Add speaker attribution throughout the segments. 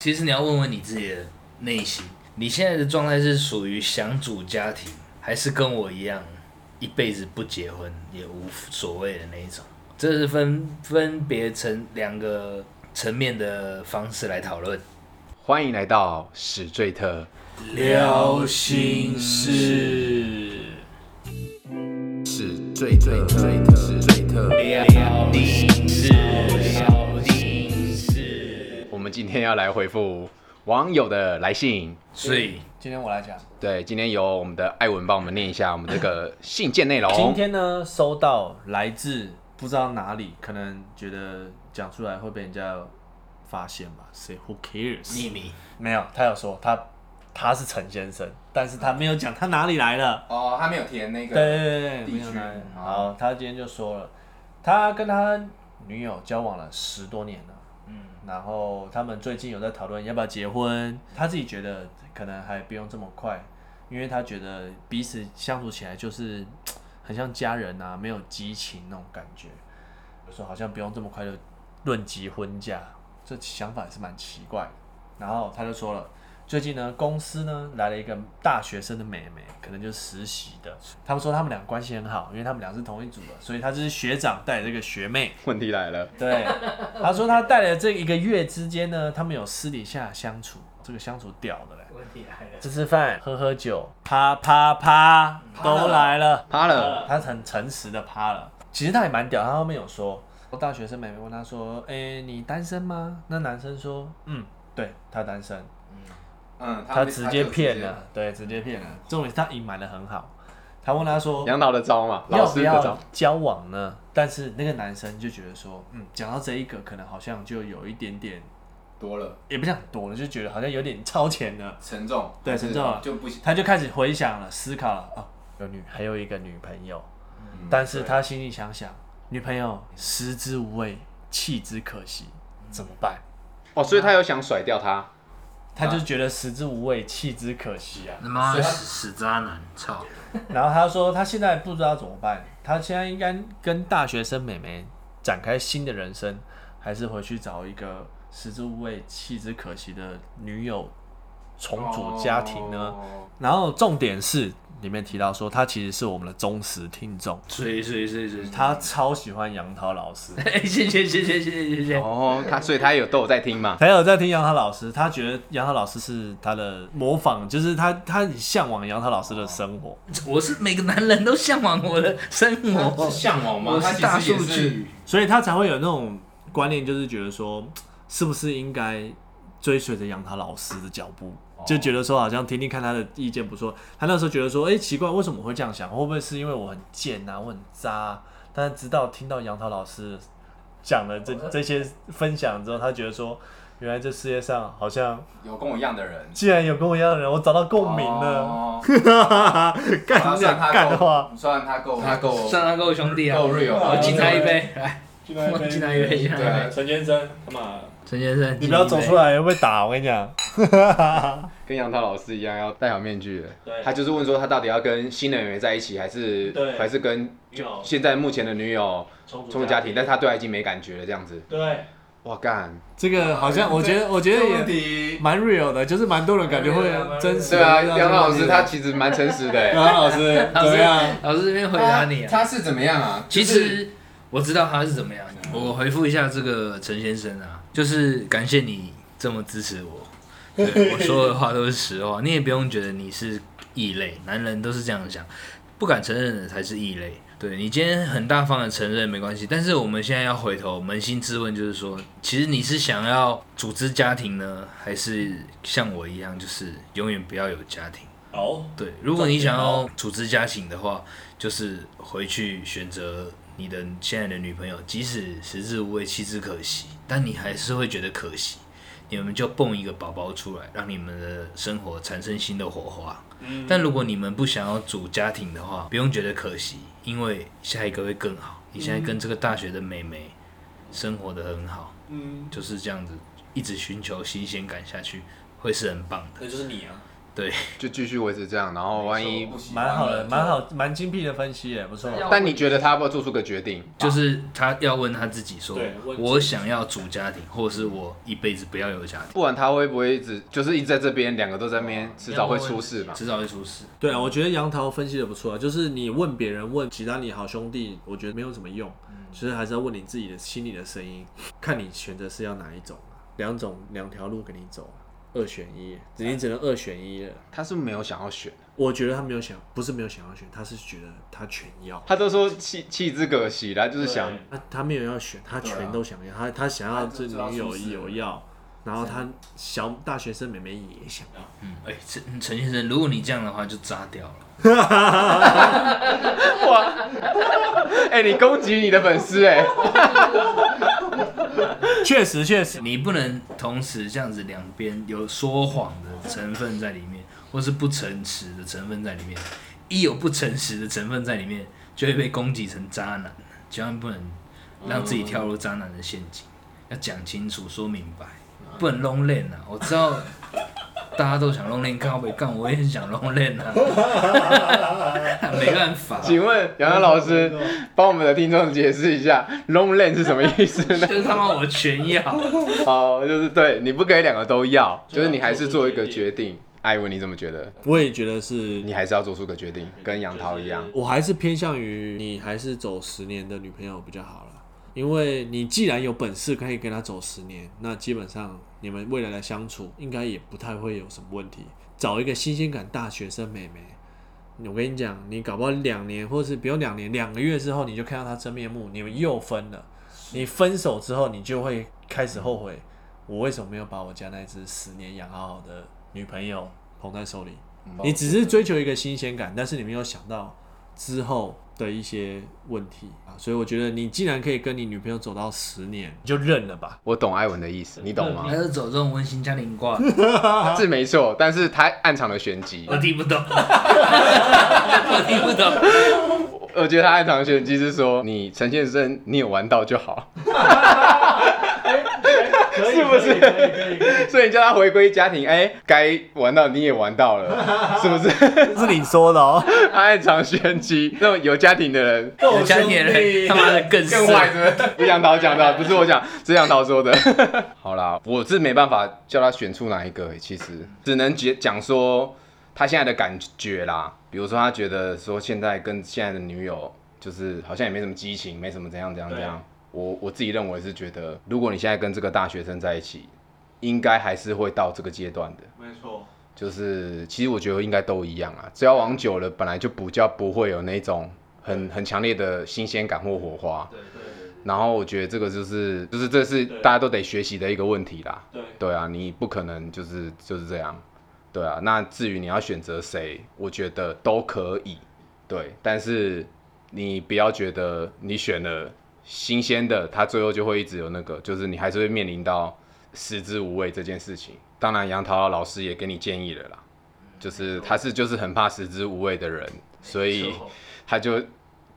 Speaker 1: 其实你要问问你自己的内心，你现在的状态是属于想组家庭，还是跟我一样一辈子不结婚也无所谓的那一种？这是分分别成两个层面的方式来讨论。
Speaker 2: 欢迎来到史最特，
Speaker 1: 聊心事，
Speaker 2: 史最特，最特，最特。
Speaker 1: 聊心事，聊心事。
Speaker 2: 我们今天要来回复网友的来信。
Speaker 1: 所以
Speaker 3: 今天我来讲，
Speaker 2: 对，今天由我们的艾文帮我们念一下我们这个信件内
Speaker 3: 今
Speaker 2: 容。
Speaker 3: 天呢收到来自不知道哪里，可能觉得讲出来会被人家发现吧，谁 who cares？
Speaker 1: 匿名
Speaker 3: 没有，他有说他他是陈先生，但是他没有讲他哪里来的。
Speaker 2: 哦，他没有填那
Speaker 3: 对对对，没有
Speaker 2: 地区
Speaker 3: 哪里。
Speaker 2: 好
Speaker 3: 好，他今天就说了，他跟他女友交往了十多年了。
Speaker 2: 嗯
Speaker 3: 然后他们最近有在讨论要不要结婚，他自己觉得可能还不用这么快，因为他觉得彼此相处起来就是很像家人啊，没有激情那种感觉。有时候好像不用这么快就论及婚嫁，这想法也是蛮奇怪的。然后他就说了，最近呢公司呢来了一个大学生的妹妹，可能就是实习的。他们说他们俩关系很好，因为他们俩是同一组的，所以他就是学长带这个学妹。
Speaker 2: 问题来了，
Speaker 3: 对，他说他带了这一个月之间呢，他们有私底下相处，这个相处屌的嘞，
Speaker 1: 问题来了，
Speaker 3: 吃吃饭、喝喝酒、啪啪啪都来了，
Speaker 2: 趴了，
Speaker 3: 他很诚实的趴了。其实他也蛮屌，他后面有说，我大学生妹妹问他说：“哎、你单身吗？”那男生说：“嗯，对他单身。”
Speaker 2: 嗯，
Speaker 3: 他直接骗了，对，直接骗了。重点是他隐瞒的很好。他问他说：“
Speaker 2: 杨导的招嘛，
Speaker 3: 要
Speaker 2: 老
Speaker 3: 不
Speaker 2: 师的
Speaker 3: 要
Speaker 2: 招，
Speaker 3: 交往呢？但是那个男生就觉得说，嗯，讲到这一个，可能好像就有一点点，
Speaker 2: 多了
Speaker 3: 也不讲多了，就觉得好像有点超前了。
Speaker 2: 沉重，
Speaker 3: 对沉重了啊
Speaker 2: 就不
Speaker 3: 他就开始回想了，思考了，哦，嗯有女，还有一个女朋友，但是他心里想想，女朋友食之无味，弃之可惜，怎么办？
Speaker 2: 哦，所以他有想甩掉他，
Speaker 3: 他就觉得食之无味，弃之可惜啊。
Speaker 1: 他妈的死死渣男，操！
Speaker 3: 然后他说他现在不知道怎么办，他现在应该跟大学生妹妹展开新的人生，还是回去找一个食之无味弃之可惜的女友重组家庭呢？
Speaker 2: 哦
Speaker 3: 然后重点是里面提到说他其实是我们的忠实听众，
Speaker 1: 水水水水，，
Speaker 3: 他超喜欢杨涛老师
Speaker 1: 哎， 谢谢谢谢谢谢谢谢。
Speaker 2: 哦，他所以他有都有在听嘛，
Speaker 3: 还有在听杨涛老师，他觉得杨涛老师是他的模仿，就是他他很向往杨涛老师的生活。
Speaker 1: 我是每个男人都向往我的生活，
Speaker 2: 向往
Speaker 1: 我是大数据，
Speaker 3: 所以他才会有那种观念，就是觉得说，是不是应该追随着杨桃老师的脚步，就觉得说好像听听看他的意见不错。他那时候觉得说，哎、奇怪，为什么我会这样想？会不会是因为我很贱啊，我很渣啊、但是直到听到杨桃老师讲了这这些分享之后，他觉得说。原来这世界上好像
Speaker 2: 有跟我一样的人，
Speaker 3: 既然有跟我一样的人，我找到共鸣了。
Speaker 2: 哦
Speaker 3: 干这样干的 话，，
Speaker 2: 算他够，他够
Speaker 1: 上他够兄弟啊！
Speaker 2: 够 real
Speaker 1: 我敬他一杯，
Speaker 2: 哦
Speaker 1: 来，
Speaker 3: 进
Speaker 1: 我敬他一杯，敬他一杯。
Speaker 3: 呃陈先生，干嘛？
Speaker 1: 陈先生，
Speaker 3: 你不要走出
Speaker 1: 来。
Speaker 3: 来，会被打。我跟你讲。
Speaker 2: 跟杨涛老师一样要戴好面具的。
Speaker 3: 对
Speaker 2: 他就是问说他到底要跟新的人在一起，还是
Speaker 3: 对
Speaker 2: 还是跟
Speaker 3: 有
Speaker 2: 现在目前的女友
Speaker 3: 重
Speaker 2: 重组家庭，但是他对他已经没感觉了这样子。
Speaker 3: 对，
Speaker 2: 哇干，
Speaker 3: 这个好像我觉得，我觉得也
Speaker 2: 题。
Speaker 3: 蛮 real 的，就是蛮多人感觉会真实。
Speaker 2: 对啊，杨涛老师他其实蛮诚实 的。
Speaker 3: 杨老师怎么样？
Speaker 1: 老师这边回答你啊。
Speaker 2: 是怎么样啊？
Speaker 1: 其实嗯我知道他是怎么样，我回复一下这个陈先生啊，就是感谢你这么支持我，对我说的话都是实话， 你也不用觉得你是异类，男人都是这样想，不敢承认的才是异类。对你今天很大方的承认没关系，但是我们现在要回头扪心自问，就是说，其实你是想要组织家庭呢，还是像我一样，就是永远不要有家庭？
Speaker 3: 哦，
Speaker 1: 对，如果你想要组织家庭的话，就是回去选择你的现在的女朋友，即使食之无味，弃之可惜，但你还是会觉得可惜。你们就蹦一个宝宝出来，让你们的生活产生新的火花。
Speaker 3: 嗯
Speaker 1: 但如果你们不想要组家庭的话，不用觉得可惜，因为下一个会更好。你现在跟这个大学的妹妹生活的很好，
Speaker 3: 嗯，
Speaker 1: 就是这样子，一直寻求新鲜感下去，会是很棒的。
Speaker 3: 那就是你啊。
Speaker 1: 对，
Speaker 2: 就继续维持这样，然后万一，
Speaker 3: 蛮好的，蛮好，蛮精辟的分析耶，不错。
Speaker 4: 要
Speaker 2: 但你觉得他要不要做出个决定？
Speaker 1: 就是他要问他自己说
Speaker 3: 对问，自己
Speaker 1: 我想要组家庭，或者是我一辈子不要有家庭，
Speaker 2: 不然他会不会一直就是一直在这边，两个都在那边，迟早会出事嘛？
Speaker 1: 迟早会出事。
Speaker 3: 对啊，我觉得杨桃分析的不错啊，就是你问别人问其他你好兄弟，我觉得没有什么用，其实还是要问你自己的心里的声音，看你选择是要哪一种啊，两种两条路给你走啊，二选一，你只能二选一了。
Speaker 2: 他是不是没有想要选，
Speaker 3: 我觉得他没有想，不是没有想要选，他是觉得他全要，
Speaker 2: 他都说弃弃之可惜啦，就是想
Speaker 3: 他啊他没有要选，他全都想要，他啊他想要这女友也有要，然后他小大学生妹妹也想要。
Speaker 1: 嗯，哎、陈陈先生，如果你这样的话，就炸掉了。
Speaker 2: 哎、你攻击你的粉丝 哎、
Speaker 3: 确实，确实，
Speaker 1: 你不能同时这样子两边有说谎的成分在里面，或是不诚实的成分在里面。一有不诚实的成分在里面，就会被攻击成渣男，千万不能让自己跳入渣男的陷阱。要讲清楚，说明白，不能 long l a n 啊！我知道大家都想 long l a n 靠北干，我也很想 long l a n 啊， 没办法，
Speaker 2: 请问杨洋老师， 帮我们的听众解释一下 “long lane” 是什么意 思呢？
Speaker 1: 就是他妈我全要。
Speaker 2: 哦，就是对你不可以两个都要，就是你还是做一个决定。艾文，你怎么觉得？
Speaker 3: 我也觉得是
Speaker 2: 你还是要做出个决定，跟杨桃一样。
Speaker 3: 我还是偏向于你还是走十年的女朋友比较好了，因为你既然有本事可以跟她走十年，那基本上你们未来的相处应该也不太会有什么问题。找一个新鲜感大学生妹妹，我跟你讲，你搞不好两年或是不用两年，两个月之后你就看到她真面目，你们又分了。你分手之后，你就会开始后悔，我为什么没有把我家那只十年养好好的女朋友捧在手里？你只是追求一个新鲜感，但是你没有想到之后的一些问题啊。所以我觉得你既然可以跟你女朋友走到十年，你就认了吧。
Speaker 2: 我懂艾文的意思，你懂吗
Speaker 1: 还？是走这种温馨嘉年华，
Speaker 2: 是没错，但是他暗藏了玄机
Speaker 1: 我。听不 懂，我听不懂。
Speaker 2: 我觉得他暗藏的玄机是说，你陈先生，你有玩到就好，是不是？ 所以你叫他回归家庭，哎、该玩到你也玩到 了，是不是？
Speaker 3: 是你说的哦。
Speaker 2: 他暗藏玄机，那种有家庭的人
Speaker 1: 有家庭人他妈的更
Speaker 2: 更
Speaker 1: 色
Speaker 2: 坏，是不是？ 不是杨桃讲的，不是我讲，是杨桃说的。 好啦，我是没办法叫他选出哪一个，欸其实只能解讲说他现在的感觉啦。比如说，他觉得说现在跟现在的女友就是好像也没什么激情，没什么怎样怎样怎样。我我自己认为是觉得，如果你现在跟这个大学生在一起，应该还是会到这个阶段的。
Speaker 3: 没错，
Speaker 2: 就是其实我觉得应该都一样啊，交往久了本来就不叫不会有那种很很强烈的新鲜感或火花。
Speaker 3: 对对
Speaker 2: 然后我觉得这个就是就是这是大家都得学习的一个问题啦。
Speaker 3: 对
Speaker 2: 对啊，你不可能就是就是这样。对啊，那至于你要选择谁，我觉得都可以。对，但是你不要觉得你选了新鲜的，他最后就会一直有那个，就是你还是会面临到食之无味这件事情。当然，杨桃老师也给你建议了啦，
Speaker 3: 嗯
Speaker 2: 就是他是就是很怕食之无味的人，所以他就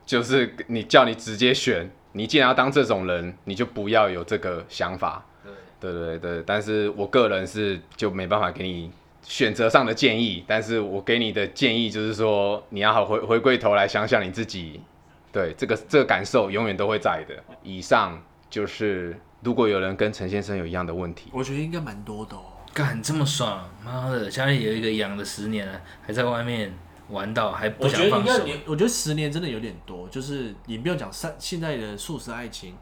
Speaker 2: 就是你叫你直接选，你既然要当这种人，你就不要有这个想法。对对对，但是我个人是就没办法给你选择上的建议，但是我给你的建议就是说，你要好回回过头来想想你自己，对这个这个感受永远都会在的。以上就是如果有人跟陈先生有一样的问题，
Speaker 3: 我觉得应该蛮多的哦。
Speaker 1: 干这么爽，妈的，家里有一个养了十年了，还在外面玩到，还不
Speaker 3: 我
Speaker 1: 想
Speaker 3: 觉得
Speaker 1: 放
Speaker 3: 应该
Speaker 1: 手。
Speaker 3: 你，我觉得十年真的有点多，就是你不要讲三现在的素食爱情，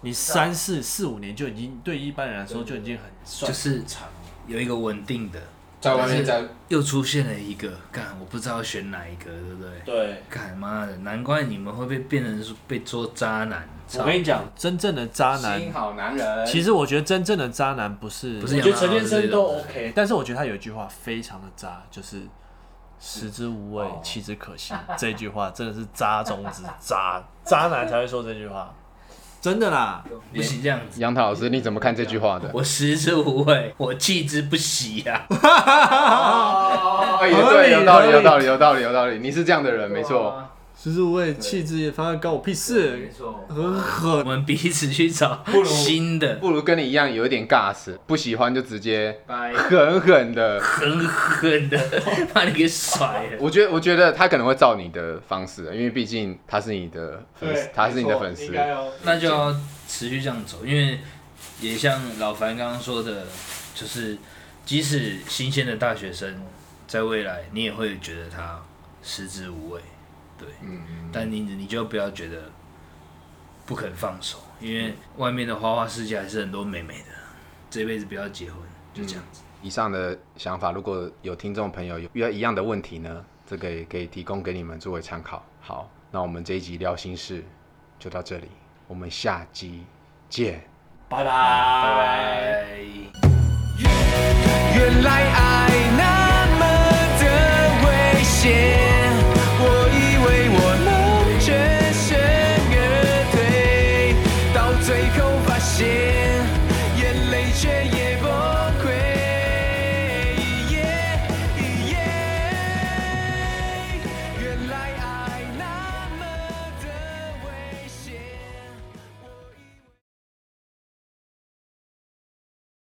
Speaker 3: 你三四四五年就已经对一般人来说啊就已经很算
Speaker 1: 就是
Speaker 3: 长。
Speaker 1: 有一个稳定的，
Speaker 2: 在
Speaker 1: 外面在又出现了一个，干我不知道选哪一个，对不对？
Speaker 3: 对，
Speaker 1: 干妈的，难怪你们会被变成说被做渣男。
Speaker 3: 我
Speaker 1: 操
Speaker 3: 跟你讲，真正的渣男，
Speaker 2: 好男人
Speaker 3: 其实我觉得真正的渣男不是，
Speaker 1: 哎不是
Speaker 3: 我觉得
Speaker 1: 杨
Speaker 3: 陈
Speaker 1: 澜
Speaker 3: 先
Speaker 1: 之
Speaker 3: 生
Speaker 1: 类的
Speaker 3: 都 OK，但是我觉得他有一句话非常的渣，就是“食之无味，
Speaker 1: 哦
Speaker 3: 弃之可 惜”这句话真的是渣中之渣，渣男才会说这句话，真的啦。
Speaker 1: 不行这样子，
Speaker 2: 杨桃老师你怎么看这句话的？
Speaker 1: 我食之无味，我弃之不惜呀、啊。
Speaker 2: 哎，也对，有道理，有道理，有道理，有道理，你是这样的人，没错。
Speaker 3: 食之无味，弃之也发，关我屁事
Speaker 1: 没。错，
Speaker 3: 很
Speaker 1: 我
Speaker 3: 狠，
Speaker 1: 们彼此去找
Speaker 2: 不如
Speaker 1: 新的，
Speaker 2: 不如跟你一样有一点尬死，不喜欢就直接
Speaker 1: 拜
Speaker 2: 狠狠 的。
Speaker 1: 狠狠 的把你给甩了。
Speaker 2: 我觉得，我觉得他可能会照你的方式，啊因为毕竟他是你的粉丝
Speaker 3: 对，，
Speaker 2: 他是你的
Speaker 3: 没错
Speaker 2: 粉丝
Speaker 3: 应。该哦。
Speaker 1: 那就要持续这样走，因为也像老樊刚刚说的，就是即使新鲜的大学生，在未来你也会觉得他食之无味，对，
Speaker 2: 嗯，
Speaker 1: 但你你就不要觉得不肯放手，因为外面的花花世界还是很多美美的，这辈子不要结婚，就这样子。
Speaker 2: 以上的想法，如果有听众朋友有遇到一样的问题呢，这个也可以提供给你们作为参考。好，那我们这一集聊心事就到这里，我们下集见。
Speaker 3: 拜拜，
Speaker 1: 拜
Speaker 3: 拜
Speaker 1: 拜。
Speaker 4: 原来爱那么的危险，我以为我能全身而退，到最后发现眼泪却也。